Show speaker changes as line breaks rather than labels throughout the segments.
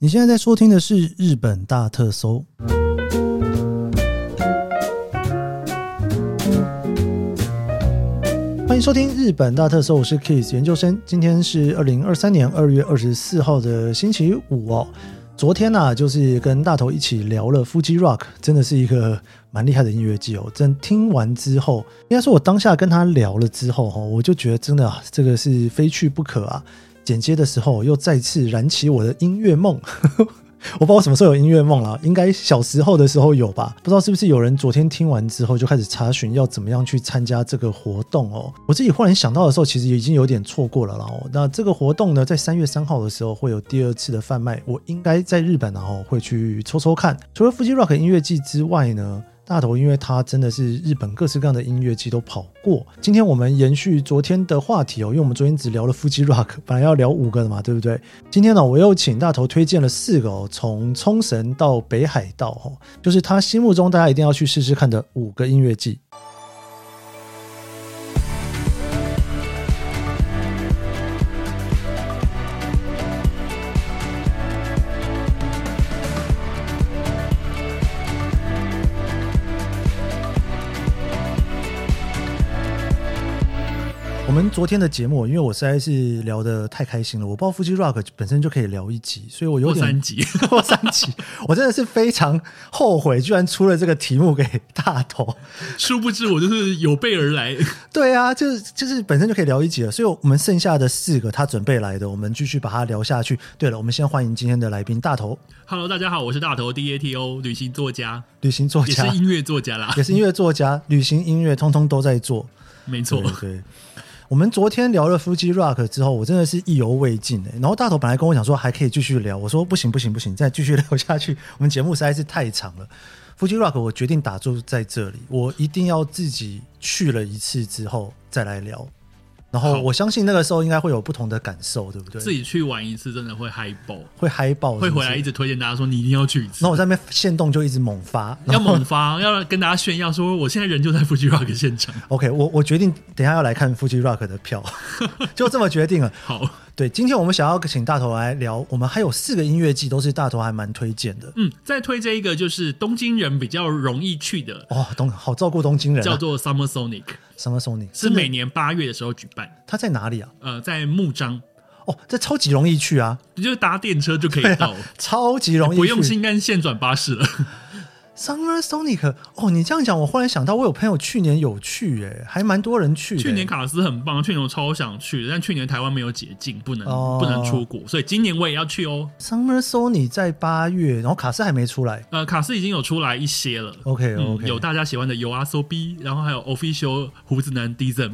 你现在在收听的是《日本大特搜》。欢迎收听《日本大特搜》，我是 Kiss 研究生。今天是二零二三年二月二十四号的星期五哦。昨天呢、啊，就是跟大头一起聊了 Fuji Rock，真的是一个蛮厉害的音乐季哦。真听完之后，应该说我当下跟他聊了之后哈、哦，我就觉得真的、啊、这个是非去不可啊。剪接的时候又再次燃起我的音乐梦。我不知道什么时候有音乐梦了，应该小时候的时候有吧？不知道是不是有人昨天听完之后就开始查询要怎么样去参加这个活动哦。我自己忽然想到的时候，其实已经有点错过了啦、哦。那这个活动呢，在三月三号的时候会有第二次的贩卖，我应该在日本然、啊、后会去抽抽看。除了 Fuji Rock 音乐季之外呢？大头，因为他真的是日本各式各样的音乐季都跑过。今天我们延续昨天的话题哦，因为我们昨天只聊了 Fuji Rock，本来要聊五个的嘛，对不对？今天呢、哦，我又请大头推荐了四个哦，从冲绳到北海道哦，就是他心目中大家一定要去试试看的五个音乐季。我们昨天的节目，因为我实在是聊得太开心了，我不知道夫妻 rock 本身就可以聊一集，所以我有点
三集，
或三集，我真的是非常后悔，居然出了这个题目给大头。
殊不知我就是有备而来。
对啊，就是就是本身就可以聊一集了，所以我们剩下的四个他准备来的，我们继续把它聊下去。对了，我们先欢迎今天的来宾大头。
Hello，大家好，我是大头 D A T O 旅行作家，
旅行作家
也是音乐 作家啦，
也是音乐作家，旅行音乐通通都在做，
没错，
对,对。我们昨天聊了 Fuji Rock 之后，我真的是意犹未尽哎、欸。然后大头本来跟我讲说还可以继续聊，我说不行不行不行，再继续聊下去，我们节目实在是太长了。Fuji Rock 我决定打住在这里，我一定要自己去了一次之后再来聊。然后我相信那个时候应该会有不同的感受，对不对？
自己去玩一次真的会嗨爆，
会嗨爆是是，
会回来一直推荐大家说你一定要去一次。
然后我在那边现动就一直猛发，
要猛发，要跟大家炫耀说我现在人就在 Fuji Rock 现场。
OK，我我决定等下要来看 Fuji Rock 的 票，就这么决定了。
好，
对，今天我们想要请大头来聊，我们还有四个音乐季都是大头还蛮推荐的。
嗯，再推荐一个就是东京人比较容易去的
哦，东好照顾东京人、啊，
叫做 Summer Sonic。
Summer Sonic
是每年八月的时候举办，
它在哪里啊？
呃，在木章。
哦，这超级容易去 啊，
就是搭电车就可以 到，啊、
超级容易，
不用新干线转巴士了。
Summer Sonic，哦，你这样讲，我忽然想到，我有朋友去年有去、欸，哎，还蛮多人去、欸。
去年卡斯很棒，去年我超想去，但去年台湾没有解禁，不能、哦、不能出国，所以今年我也要去哦。
Summer Sonic 在八月，然后卡斯还没出来，
呃，卡斯已经有出来一些了。
OK OK，、
嗯、有大家喜欢的 U R S O B，然后还有 Official 胡子男 D Z。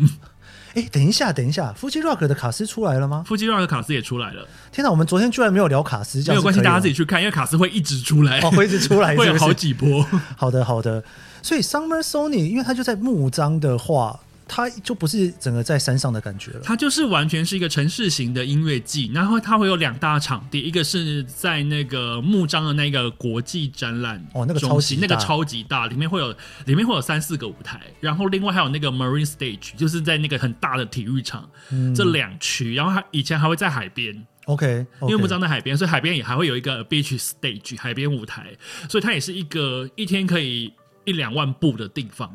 哎，等一下，等一下，夫妻 rock 的卡斯出来了吗？
夫妻 rock 的卡斯也出来了。
天哪，我们昨天居然没有聊卡斯，
没有关系，大家自己去看，因为卡斯会一直出来，
哦、会一直出来是是，
会有好几波。
好的，好的。所以 Summer Sony，因为它就在木章的话，它就不是整个在山上的感觉了，
它就是完全是一个城市型的音乐季。然后它会有两大场地，一个是在那个木章的那个国际展览
哦，那个超级
那个超级大，里面会有里面会有三四个舞台，然后另外还有那个 Marine Stage，就是在那个很大的体育场、嗯、这两区，然后还以前还会在海边。
OK，, okay
因为木章在海边，所以海边也还会有一个 beach stage 海边舞台，所以它也是一个一天可以一两万步的地方。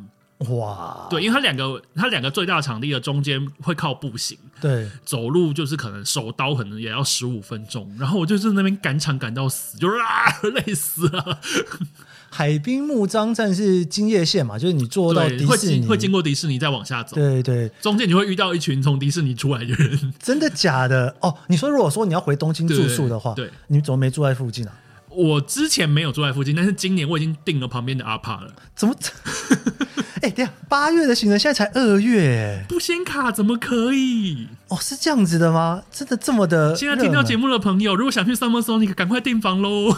哇，
对，因为它两个它两个最大场地的中间会靠步行，
对，
走路就是可能手刀可能也要十五分钟，然后我就是那边赶场赶到死，就是啊 累死了。
海滨木章站是金叶线嘛，就是你坐到迪士尼
会经过迪士尼再往下走，
对对，
中间你会遇到一群从迪士尼出来的人，
真的假的？哦，你说如果说你要回东京住宿的话，
对，对
你怎么没住在附近啊？
我之前没有住在附近，但是今年我已经订了旁边的阿帕了，
怎么？ 哎、欸，等下，八月的行程现在才二月，
不先卡怎么可以？
哦，是这样子的吗？真的这么的？
现在听到节目的朋友，如果想去 Summer Sonic，赶快订房喽！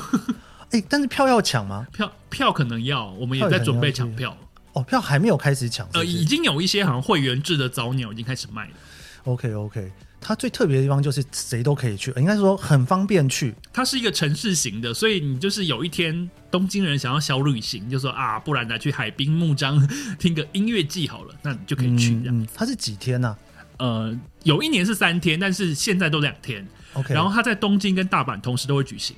哎、欸，但是票要抢吗？
票票可能要，我们也在准备抢票。
哦，票还没有开始抢，
呃，已经有一些好像会员制的早鸟已经开始卖了。
OK OK，它最特别的地方就是谁都可以去，应该说很方便去。
它是一个城市型的，所以你就是有一天东京人想要小旅行，就说啊，不然来去海滨木章听个音乐季好了，那你就可以去这样。嗯嗯、
它是几天呢、
啊？呃，有一年是三天，但是现在都两天。
OK，
然后它在东京跟大阪同时都会举行。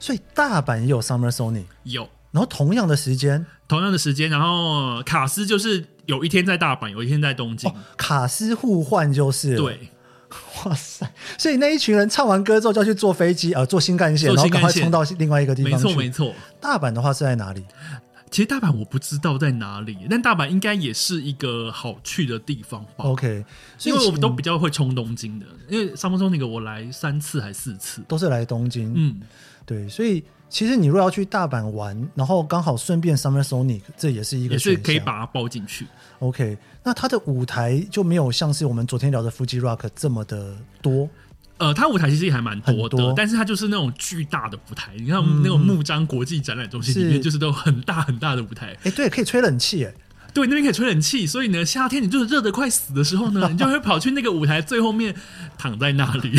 所以大阪也有 Summer Sonic，
有
然后同样的时间，
同样的时间，然后卡斯就是有一天在大阪，有一天在东京，
哦，卡斯互换就是了，
对，
哇塞！所以那一群人唱完歌之后就要去坐飞机，呃，坐新干线，
坐
然后
新
赶
干
快
线
冲到另外一个地
没
方
错没
去。
错。
大阪的话是在哪里？
其实大阪我不知道在哪里，但大阪应该也是一个好去的地方吧。
OK，所
因
以
为我们都
嗯
比较会冲东京的，因为三分钟那个我来三次还四次，
都是来东京，
嗯，
对，所以其实你如果要去大阪玩，然后刚好顺便 Summer Sonic，这也是一
也
个
是
选
可以
项。
把它包进去。
OK，那它的舞台就没有像是我们昨天聊的 Fuji Rock 这么的多，
呃，它舞台其实也还蛮多的，
很多
但是它就是那种巨大的舞台，你看我们那种木章国际展览中心里
是
面就是都有很大很大的舞台，
哎，对，可以吹冷气，哎，
对，那边可以吹冷气，所以呢，夏天你就是热得快死的时 候呢，你就会跑去那个舞台最后面躺在那里。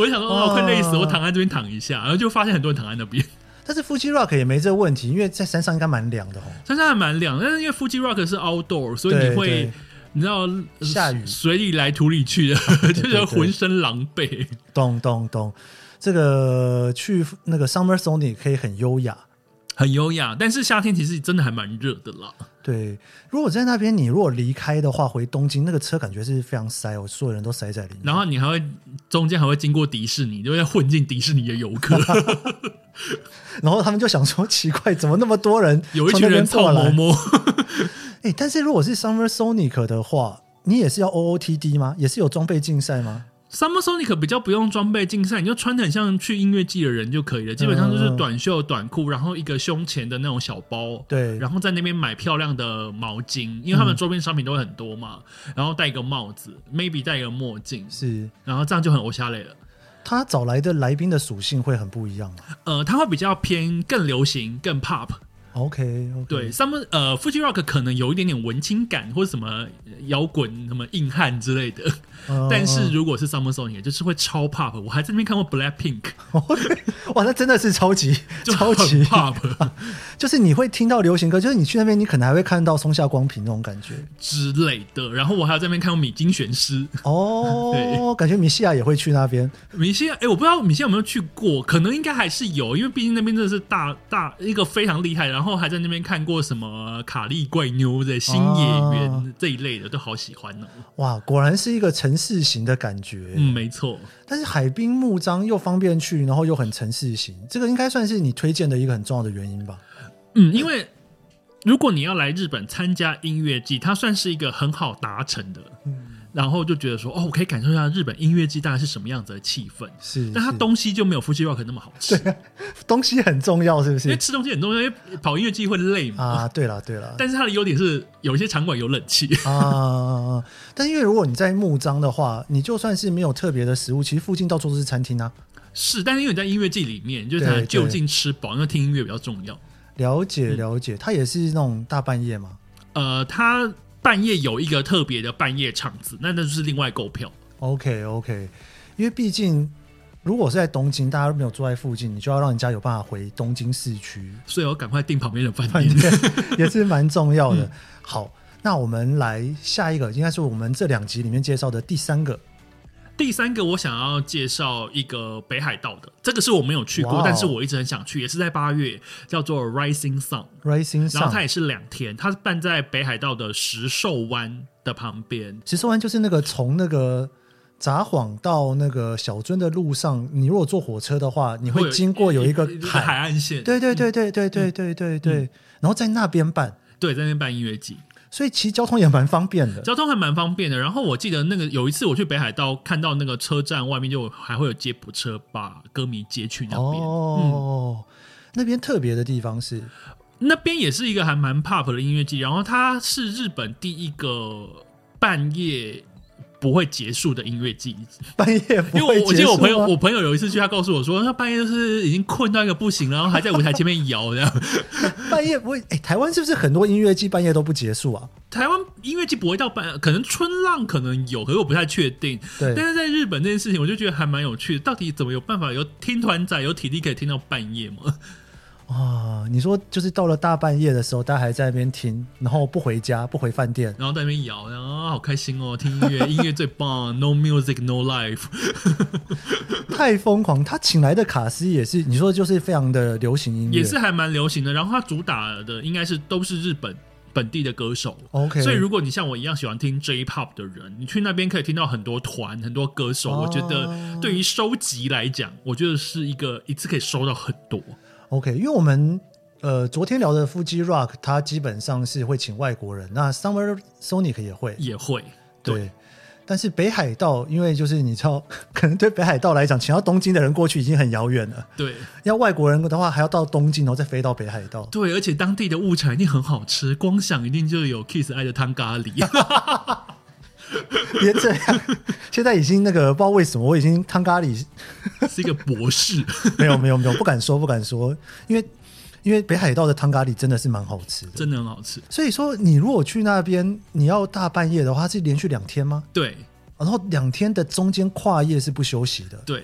我就想说，哦，快累死了，我躺在这边躺一下，然后就发现很多人躺在那边。
但是 Fuji Rock 也没这个问题，因为在山上应该蛮凉的哦。
山上还蛮凉，但是因为 Fuji Rock 是 outdoor，所以
对
你会
对
你知道
下雨
水里来土里去的，
对
就觉
对
得浑身狼狈。
咚咚咚，这个去那个 Summer Sonic 可以很优雅。
很优雅，但是夏天其实真的还蛮热的啦。
嗯对，如果在那边你如果离开的话，回东京那个车感觉是非常塞哦，所有人都塞在里面。
然后你还会中间还会经过迪士尼，就会混进迪士尼的游 客，
然后他们就想说，奇怪，怎么那么多人
有一
从
群
那
人
边过
臭摸
来？
摸。
哎，但是如果是 Summer Sonic 的话，你也是要 OOTD 吗？也是有装备竞赛吗？
Summer Sonic 比较不用装备竞赛，你就穿的很像去音乐季的人就可以了。基本上
嗯
就是短袖、短裤，然后一个胸前的那种小包，
对
然后在那边买漂亮的毛巾，因为他们周边商品都会很多嘛。然后戴一个帽子，maybe 戴一个墨镜，
是
然后这样就很欧夏类了。
他找来的来宾的属性会很不一样吗啊
呃，它会比较偏更流行、更 pop。
？OK，, o k
对，Summer 呃，Fuji Rock 可能有一点点文青感或者什么摇滚、什么硬汉之类的。
哦嗯
但是如果是 Summer Sonic，就是会超 pop。我还在那边看过 Black Pink，
哇，那真的是超级
就
超
很
级
pop。
就是你会听到流行歌，就是你去那边，你可能还会看到松下光平那种感觉
之类的。然后我还有在那边看过米津玄师，
哦。
对
感觉米西亚也会去那边，
米歇，哎、我不知道米歇有没有去过，可能应该还是有，因为毕竟那边真的是大大一个非常厉害，然后还在那边看过什么卡利怪妞的新演
哦
员这一类的，都好喜欢哦。
哇，果然是一个城市型的感觉。
嗯，没错，
但是海滨木章又方便去，然后又很城市型，这个应该算是你推荐的一个很重要的原因吧？
嗯，因为如果你要来日本参加音乐季，它算是一个很好达成的。
嗯
然后就觉得说，哦，我可以感受一下日本音乐季大概是什么样子的气氛，
是，
但它
是
东西就没有 Fuji Rock 那么好吃，
东西很重要，是不
因为
是？
吃东西很重要，因为跑音乐季会累嘛。
啊，对了对了，
但是它的优点是有一些场馆有冷气，
啊，但因为如果你在木章的话，你就算是没有特别的食物，其实附近到处都是餐厅啊。
是，但是因为你在音乐季里面，就是
对
它
对
就近吃饱，因为听音乐比较重要。
了解了解，它也是那种大半夜嘛。
呃，它半夜有一个特别的半夜场子，那那就是另外购票。
OK OK，因为毕竟如果是在东京，大家都没有住在附近，你就要让人家有办法回东京市区，
所以我赶快订旁边的饭
反
店。
正也是蛮重要的。好，那我们来下一个，应该是我们这两集里面介绍的第三个。
第三个，我想要介绍一个北海道的，这个是我没有去
哇哦
过，但是我一直很想去，也是在八月，叫做 Rising Sun，
Rising
然后它
Sun，
也是两天，它是办在北海道的石兽湾的旁边。
石兽湾就是那个从那个札幌到那个小樽的路上，你如果坐火车的话，你会经过有一个嗯
海
海，
岸线，
对对对对对对对对对，然后在那边办，
对，在那边办音乐季。
所以其实交通也蛮方便的。
交通还蛮方便的。然后我记得那个有一次我去北海道，看到那个车站外面就还会有接驳车把歌迷接去那边。
哦，那边特别的地方是
那边也是一个还蛮 pop 的音乐季，然后它是日本第一个半夜。不会结束的音 乐季，
半夜不
因为
会
我我记
结
得
束
我朋友，
吗
我朋友有一次去，他告诉我说，他半夜就是已经困到一个不行，然后还在舞台前面摇这样。
半夜不会。哎、台湾是不是很多音乐季半夜都不结束啊？
台湾音乐季不会到半，可能春浪可能有，可是我不太确定。
对
但是在日本这件事情，我就觉得还蛮有趣的。到底怎么有办法有听团仔有体力可以听到半夜吗？
哇，啊你说就是到了大半夜的时候，大家还在那边听，然后不回家，不回饭店，
然后在那边摇，然后啊好开心哦，听音乐，音乐最棒，No music, no life。
太疯狂。他请来的卡斯也是，你说就是非常的流行音乐，
也是还蛮流行的。然后它主打的应该是都是日本本地的歌手。
OK
所以如果你像我一样喜欢听 J-pop 的人，你去那边可以听到很多团、很多歌手。
哦
我觉得对于收集来讲，我觉得是一个一次可以收到很多。
OK，因为我们呃昨天聊的腹肌 Rock，它基本上是会请外国人，那 Summer Sonic 也会，
也会
对。但是北海道，因为就是你知道， 可能对北海道来讲，请到东京的人过去已经很遥远了。
对
要外国人的话，还要到东京，然后再飞到北海 道。
对，而且当地的物产一定很好吃，光想一定就有 Kiss 爱的汤咖喱。
别这样，现在已经那个不知道为什么，我已经汤咖喱，
是一个博士，
没有没有没有，不敢说不敢说，因为因为北海道的汤咖喱真的是蛮好吃的。
真的很好吃。
所以说，你如果去那边，你要大半夜的话，它是连续两天吗？
对
然后两天的中间跨夜是不休息的。
对，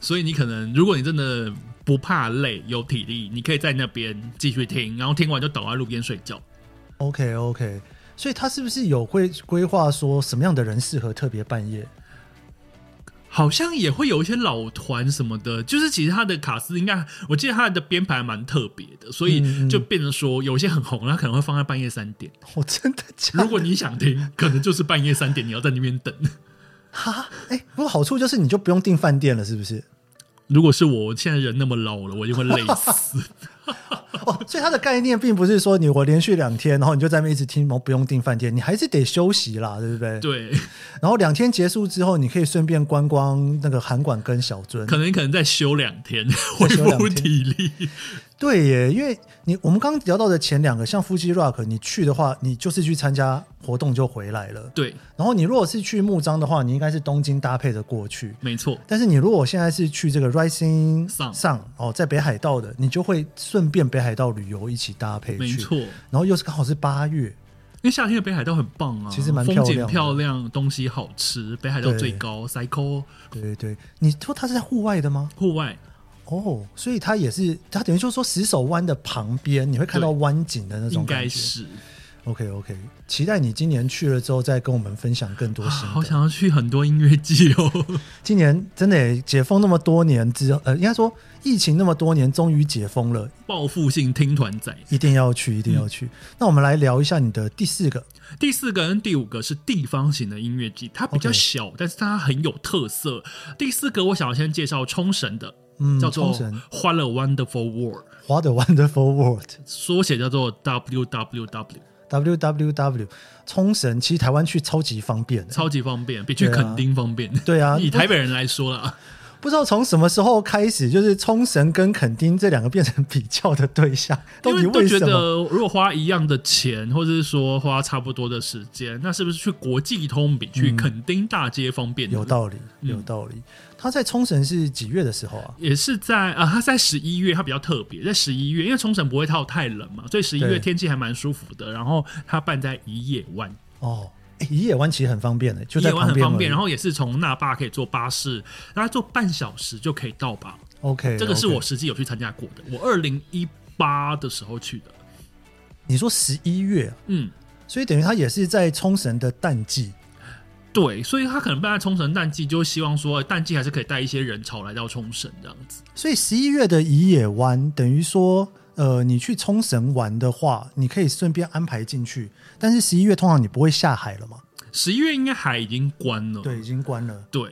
所以你可能如果你真的不怕累，有体力，你可以在那边继续听，然后听完就倒在路边睡觉。
OK OK，所以他是不是有会规划说什么样的人适合特别半夜？
好像也会有一些老团什么的，就是其实他的卡斯应该，我记得他的编排蛮特别的，所
嗯嗯
以就变成说有一些很红，他可能会放在半夜三点。
我真的假
如
的？
果你想听，可能就是半夜三点你要在那边等。
哈，哎、不过好处就是你就不用订饭店了，是不 是？
如果是我，我现在人那么老了，我就会累死。
哦，所以它的概念并不是说你我连续两天，然后你就在那边一直听，然后不用订饭店，你还是得休息啦，对不对？
对，
然后两天结束之后，你可以顺便观光那个韩馆跟小樽。
可能可能再休两天， 恢
休两
复
天
体力。
对耶，因为你我们刚刚聊到的前两个，像夫妻 Rock，你去的话，你就是去参加活动就回来了。
对，
然后你如果是去木章的话，你应该是东京搭配着过去。
没错，
但是你如果现在是去这个 Rising
Sun
上哦，在北海道的，你就会顺便北海道旅游一起搭配去。
没错。因
然后又是刚好是八月，
为夏天的北海道很棒啊，
其实蛮漂亮
风
的
景漂亮，东西好吃，北海道
对
最高，cycle
对对对。你说它是在户外的吗？
户外。
哦，所以它也是，它等于就是说石首湾的旁边，你会看到湾景的那种
应
感
该
觉。
是，
OK OK，期待你今年去了之后再跟我们分享更多
啊
心得。
好想要去很多音乐季哦。
今年真的耶解封那么多年之后，呃，应该说疫情那么多年，终于解封了，
报复性听团仔，
一定要去，一定要去。
嗯
那我们来聊一下你的第四个，
第四个跟第五个是地方型的音乐季，它比较
OK
小但是它很有特色。第四个我想要先介绍冲绳的，
嗯，
叫做
冲绳
《欢乐 Wonderful World》，
What a Wonderful World
缩写叫做 WWW，
W W W，冲绳其实台湾去超级方便的，
超级方便，比去
对啊
垦丁方便。
对啊
以台北人来说啦，
不知道从什么时候开始，就是冲绳跟垦丁这两个变成比较的对象，到
因
底
为都觉
什么？
得如果花一样的钱，或者是说花差不多的时间，那是不是去国际通比去垦丁大街方便呢？
有道理，
嗯
有道理。他在冲绳是几月的时候啊？
也是在啊，它在十一月，它比较特别，在十一月，因为冲绳不会到太冷嘛，所以十一
对
月天气还蛮舒服的。然后它办在一夜湾，
哦，诶宜野湾其实很方便的，就
一
在
夜
旁
湾很
边而已。
方便，然后也是从那霸可以坐巴士，大概坐半小时就可以到吧。
OK，
这个是
OK
我实际有去参加过的，我二零一八的时候去的。
你说十一月，啊
嗯，
所以等于他也是在冲绳的淡季。
对，所以他可能办在冲绳淡季，就希望说哎淡季还是可以带一些人潮来到冲绳这样子。
所以十一月的宜野湾，等于说，呃，你去冲绳玩的话，你可以顺便安排进去。但是十一月通常你不会下海了嘛？
十一月应该海已经关了，
对，已经关了。
对，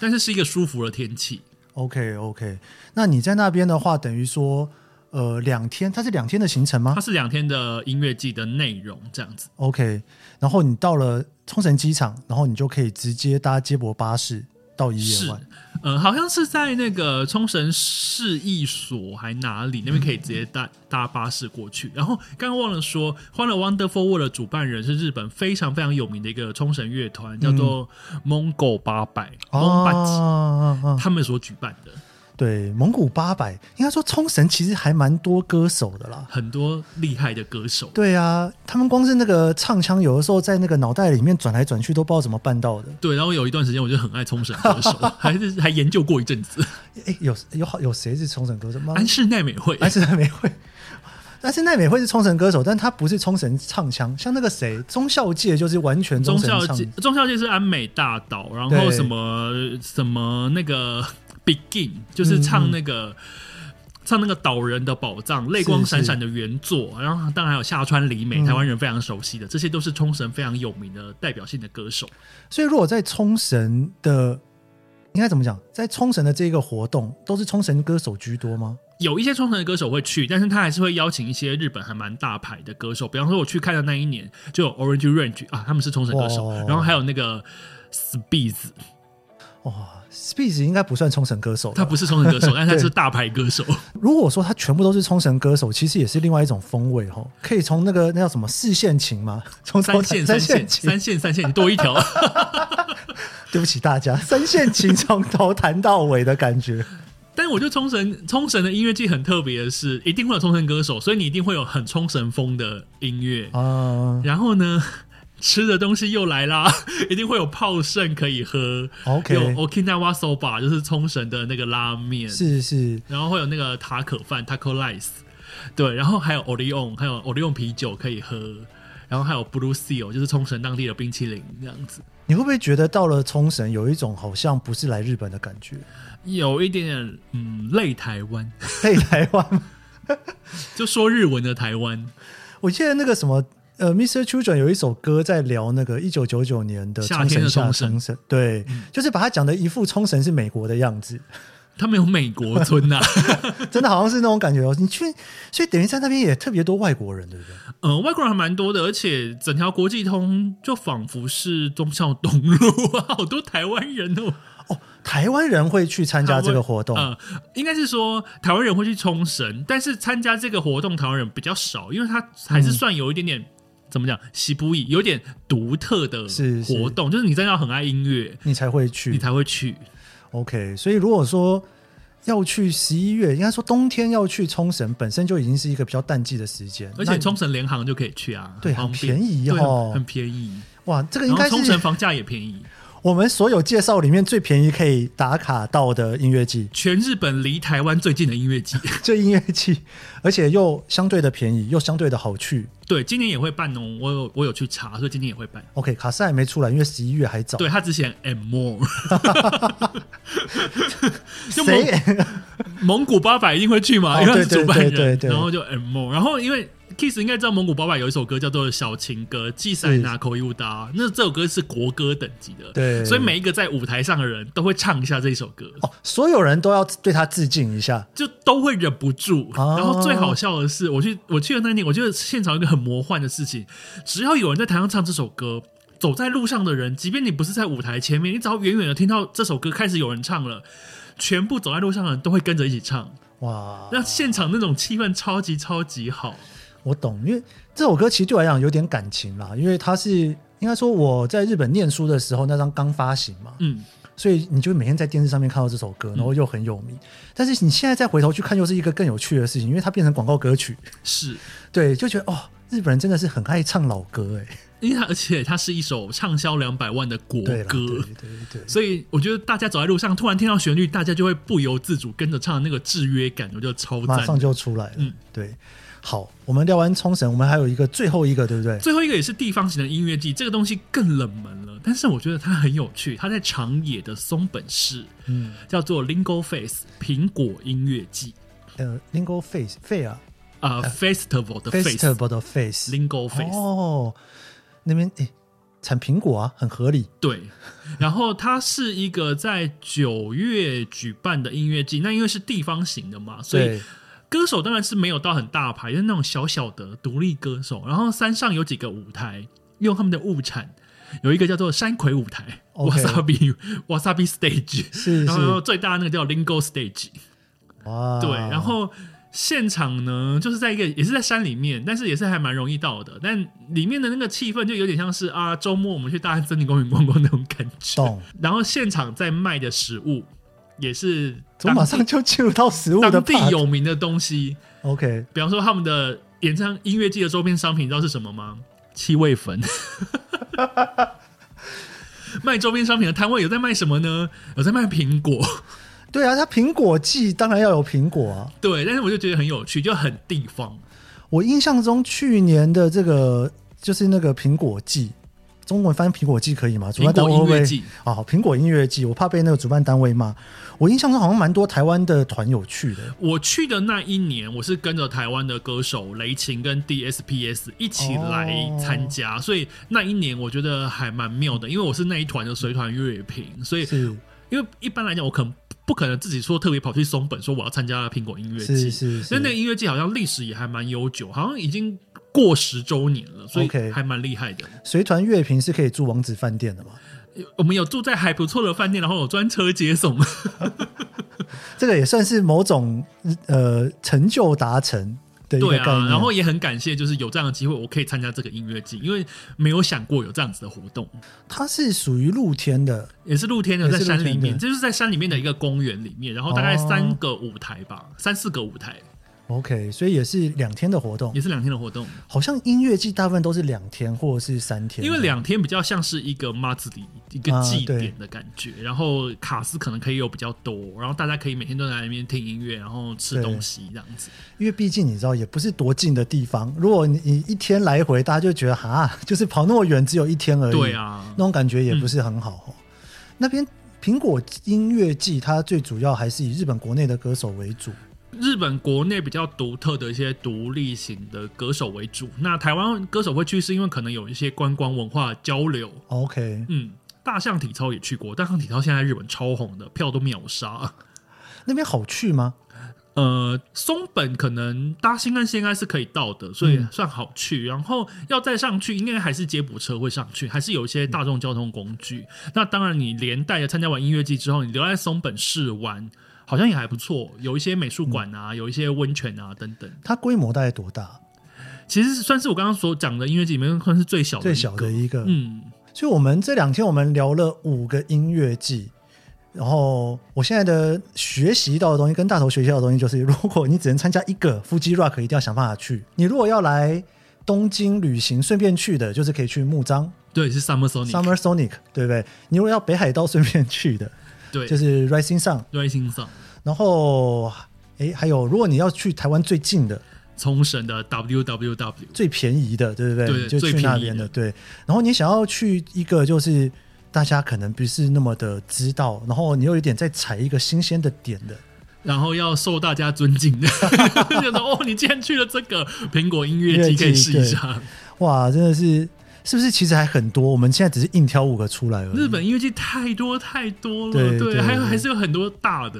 但是是一个舒服的天气。
OK OK，那你在那边的话，等于说，呃，两天，它是两天的行程吗
它是两天的音乐季的内容这样子。
？OK，然后你到了冲绳机场，然后你就可以直接搭接驳巴士到宜野
是
湾。，
呃，好像是在那个冲绳市役所还哪里那边可以直接搭搭巴士过去。然后刚刚忘了说，《欢乐 Wonderful World》的主办人是日本非常非常有名的一个冲绳乐
哦
团，叫做 Mongo 八百 m o n
啊啊啊！
他们所举办的。
对，蒙古八百，应该说冲绳其实还蛮多歌手的啦。
很多厉害的歌手，
对啊，他们光是那个唱腔，有的时候在那个脑袋里面转来转去，都不知道怎么办到的。
对，然后有一段时间我就很爱冲绳歌手，还是还研究过一阵子。
哎，有有好有谁是冲绳歌手吗？
安室奈美惠，
安室奈美惠，安室奈美惠是冲绳歌手，但她不是冲绳唱腔。像那个谁，中孝介就是完全
中
绳
孝
唱
介，中孝介是安美大岛，然后
对
什么什么那个 Begin，就是唱那个。唱那个岛人的宝藏，泪光闪闪的原作，然后当然还有下川里美，台湾人非常熟悉的，这些都是冲绳非常有名的代表性的歌手。
所以如果在冲绳的，应该怎么讲？在冲绳的这个活动，都是冲绳歌手居多吗？
有一些冲绳的歌手会去，但是他还是会邀请一些日本还蛮大牌的歌手，比方说我去看的那一年就有 Orange Range 啊，他们是冲绳歌手，
哦
然后还有那个 Speeds，
哇、s p e e d 应该不算冲绳歌手吧，
他不是冲绳歌手，但是他是大牌歌手。
如果说他全部都是冲绳歌手，其实也是另外一种风味哦。可以从那个那叫什么四线琴吗？ 从
三线
三
三线
琴，
三线三线，你多一 条。
对不起大家，三线 琴从头弹到尾的感觉。
但我觉得冲绳冲绳的音乐季很特别的是，一定会有冲绳歌手，所以你一定会有很冲绳风的音乐。
啊、
然后呢，吃的东西又来啦，一定会有泡盛可以喝
OK
有 Okinawa soba 就是冲绳的那个拉面，
是是，
然后会有那个塔可饭 Taco Rice，对，然后还有 Orion，还有 Orion 啤酒可以喝。然后还有 Blue Seal，就是冲绳当地的冰淇淋这样子，
你会不会觉得到了冲绳有一种好像不是来日本的感觉？
有一点点嗯类台湾，
在台湾吗，
就说日文的台湾，
我记得那个什么。呃，Mr. Children 有一首歌在聊那个一九九九年的
夏
冲
天
绳
的
下
冲绳嗯
冲绳，对，就是把它讲的一副冲绳是美国的样子，
他们有美国村 啊呐、
真的好像是那种感觉哦。你去，所以等于在那边也特别多外国人，对不对？
呃，外国人还蛮多的，而且整条国际通就仿佛是忠孝东路啊，好多台湾人哦，
哦，台湾人会去参加这个活动，
呃，应该是说台湾人会去冲绳，但是参加这个活动台湾人比较少，因为他还
嗯
是算有一点点。怎么讲？西不易，有点独特的
是是
活动，就是你真的要很爱音乐，
你才会去。
你才会去。
OK，所以如果说要去十一月，应该说冬天要去冲绳，本身就已经是一个比较淡季的时间。
而
那
且冲绳联航就可以去啊，
对
方
很
便
便宜
对很
哦
很便宜。
哇，这个
然
应
后
该
冲绳
是
房价也便宜，
我们所有介绍里面最便宜可以打卡到的音乐 季，
全日本离台湾最近的音乐季。
这音乐季，而且又相对的便宜，又相对的好去。
对，今年也会办哦，我有我有去查，所以今年也会办。
OK，卡斯还没出来，因为十一月还早。
对他之前 and more，就蒙
谁？
蒙古八百一定会去嘛，
哦
因为他是
对对
主办人，
对对对
然后就 and more，然后因为 Kiss 应该知道蒙古八百有一首歌叫做《小情歌》，季赛拿口一乌达，那这首歌是国歌等级的，
对
所以每一个在舞台上的人都会唱一下这首歌，
哦，所有人都要对他致敬一下。
就都会忍不住。
哦
然后最好笑的是，我去我去的那年，我觉得现场有一个很魔幻的事情，只要有人在台上唱这首歌。走在路上的人，即便你不是在舞台前面，你只要远远的听到这首歌开始有人唱了，全部走在路上的人都会跟着一起唱。
哇，
那现场那种气氛超级超级好，
我懂，因为这首歌其实对我来讲有点感情啦，因为它是应该说我在日本念书的时候那张刚发行嘛，
嗯，
所以你就每天在电视上面看到这首歌，然后又很有名。但是你现在再回头去看，又是一个更有趣的事情，因为它变成广告歌曲，
是，
对，就觉得哦，日本人真的是很爱唱老歌哎、
因为它而且它是一首畅销两百万的国
对啦，
歌，
对对对，
所以我觉得大家走在路上突然听到旋律，大家就会不由自主跟着唱，那个制约感，我觉得超
马
赞
上。就出来了。
嗯
对，好，我们聊完冲绳，我们还有一个最后一个，对不对？
最后一个也是地方型的音乐季，这个东西更冷门了，但是我觉得它很有趣。它在长野的松本市，
嗯，
叫做 Lingo Face 苹果音乐季，
呃，Lingo Face Face 啊
啊 Festival 的 Face
，Festival 的 Face。
Lingo Face，
哦，那边诶、产苹果啊，很合理。
对，然后它是一个在九月举办的音乐季，那因为是地方型的嘛，所以
对，
歌手当然是没有到很大牌，就是那种小小的独立歌手。然后山上有几个舞台，用他们的物产，有一个叫做山葵舞台
OK
（Wasabi Wasabi Stage），
是啊
然后
是
最大的那个叫 Lingo Stage。
哇，
对，然后现场呢，就是在一个也是在山里面，但是也是还蛮容易到的，但里面的那个气氛就有点像是啊，周末我们去大安森林公园逛逛那种感觉。
懂
然后现场在卖的食物也是
怎么马上就进入到食物的
当地
霸
有名的东西，
OK
比方说他们的演唱音乐季的周边商品，你知道是什么吗？气味粉。 卖周边商品的摊位有在卖什么呢？有在卖苹果，
对啊，它苹果季当然要有苹果啊。
对，但是我就觉得很有趣，就很地方。
我印象中去年的这个就是那个苹果季，中文翻苹果季可以吗？主办单位会不
苹果音
会
乐季
啊，苹果音乐季，我怕被那个主办单位骂。我印象中好像蛮多台湾的团友去的，
我去的那一年，我是跟着台湾的歌手雷勤跟 DSPS 一起来参加，
哦
所以那一年我觉得还蛮妙的，因为我是那一团的随团乐评，所以
是
因为一般来讲，我可能不可能自己说特别跑去松本说我要参加苹果音乐
是
季，
是
那那个
是，
音乐季好像历史也还蛮悠久，好像已经过十周年了，所以
OK
还蛮厉害的。
随团乐评是可以住王子饭店的嘛？
我们有住在还不错的饭店，然后有专车接送，
这个也算是某种呃成就达成的一个
对
概念。
啊，然后也很感谢，就是有这样的机会，我可以参加这个音乐季，因为没有想过有这样子的活动，
它是属于露天的，
也是露天的，
也
在
是
山
露
里
天的
面，这就是在山里面的一个公园里面，然后大概
哦
三个舞台吧，三四个舞台，
OK，所以也是两天的活动
也。是两天的活动，
好像音乐季大部分都是两天或者是三天，
因为两天比较像是一个 m a z 里一个
啊
祭
对
典的感觉，然后卡斯可能可以有比较多，然后大家可以每天都在那边听音乐，然后吃
对
东西这样子。
因为毕竟你知道也不是多近的地方，如果你你一天来回，大家就觉得 哈，就是跑那么远只有一天而已，
对，啊
那，种感觉也不是很好、哦。那边苹果音乐季，它最主要还是以日本国内的歌手为主，
日本国内比较独特的一些独立型的歌手为主，那台湾歌手会去是因为可能有一些观光文化交流，
OK，
嗯。大象体操也去过，大象体操现在日本超红的，票都秒杀。
那边好去吗？
呃，松本可能搭新干线应该是可以到的，所以
嗯
算好去。然后要再上去，应该还是接驳车会上去，还是有一些大众交通工具。那当然，你连带着参加完音乐季之后，你留在松本试玩，好像也还不错，有一些美术馆
嗯
啊，有一些温泉啊等等。
它规模大概多大？
其实算是我刚刚所讲的音乐季里面算是最小的
最
一
小的
个
一个，
嗯，
所以我们这两天我们聊了五个音乐季，然后我现在的学习到的东西跟大头学习到的东西就是， 如果你只能参加一个 Fuji Rock，一定要想办法去。你如果要来东京旅行，顺便去的就是可以去木张
对，是 Summer Sonic，
Summer Sonic，对不对？你如果要北海道顺便去的，
对，
就是是 Rising Sun，
Rising Sun
然后诶，还有如果你要去台湾最近的。
冲绳的 WWW。
最便宜的，对不对？
对
你就
最
去
便
那
宜
边的，
的
对。然后你想要去一个就是大家可能不是那么的知道，然后你又有点在踩一个新鲜的点的，
然后要受大家尊 敬的，就说哦，你竟然去了这个苹果音乐
音乐
季，
季
可以试一下。
哇，真的是是不是？其实还很多，我们现在只是硬挑五个出来而已。
日本音乐季太多太多了，
对对
还有
对
还是有很多大的，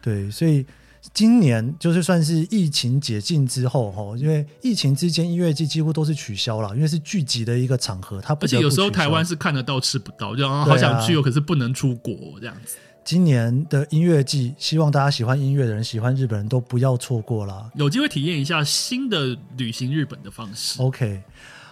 对，所以今年就是算是疫情解禁之后哈，因为疫情之间音乐季几乎都是取消了，因为是聚集的一个场合，它不
而且
得不
有时候
取消
台湾是看得到吃不到，就啊
对啊
好想去哦，可是不能出国这样子。
今年的音乐季，希望大家喜欢音乐的人、喜欢日本人都不要错过啦。
有机会体验一下新的旅行日本的方式。
OK，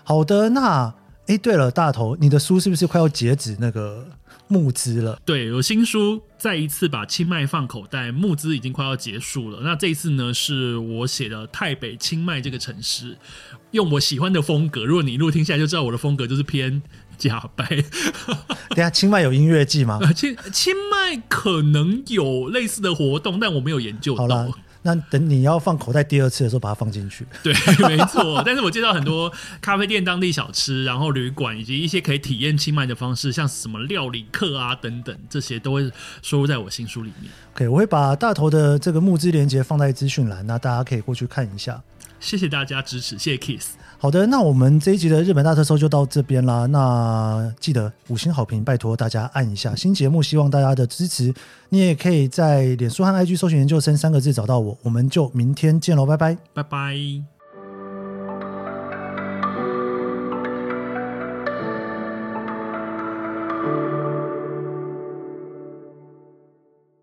好的，那哎，对了，大头，你的书是不是快要截止那个募资了？
对，有新书再一次把清迈放口袋，募资已经快要结束了。那这一次呢，是我写的泰北清迈这个城市，用我喜欢的风格。如果你一路听下来就知道我的风格就是偏假白。
等一下清迈有音乐 季吗？
呃清清迈可能有类似的活动，但我没有研究
好啦
到。，
那等你要放口袋第二次的时候，把它放进去。
对， 没错。但是我介绍很多咖啡店、当地小吃，然后旅馆以及一些可以体验清迈的方式，像什么料理课啊等等，这些都会收入在我新书里面。
OK，我会把大头的这个募资链接放在资讯栏，那大家可以过去看一下。
谢谢大家支持，谢谢 Kiss。
好的，那我们这一集的日本大特搜就到这边啦。那记得五星好评，拜托大家按一下。新节目希望大家的支持，你也可以在脸书和 IG 搜寻“研究生”三个字找到我。我们就明天见喽，拜拜。
拜拜。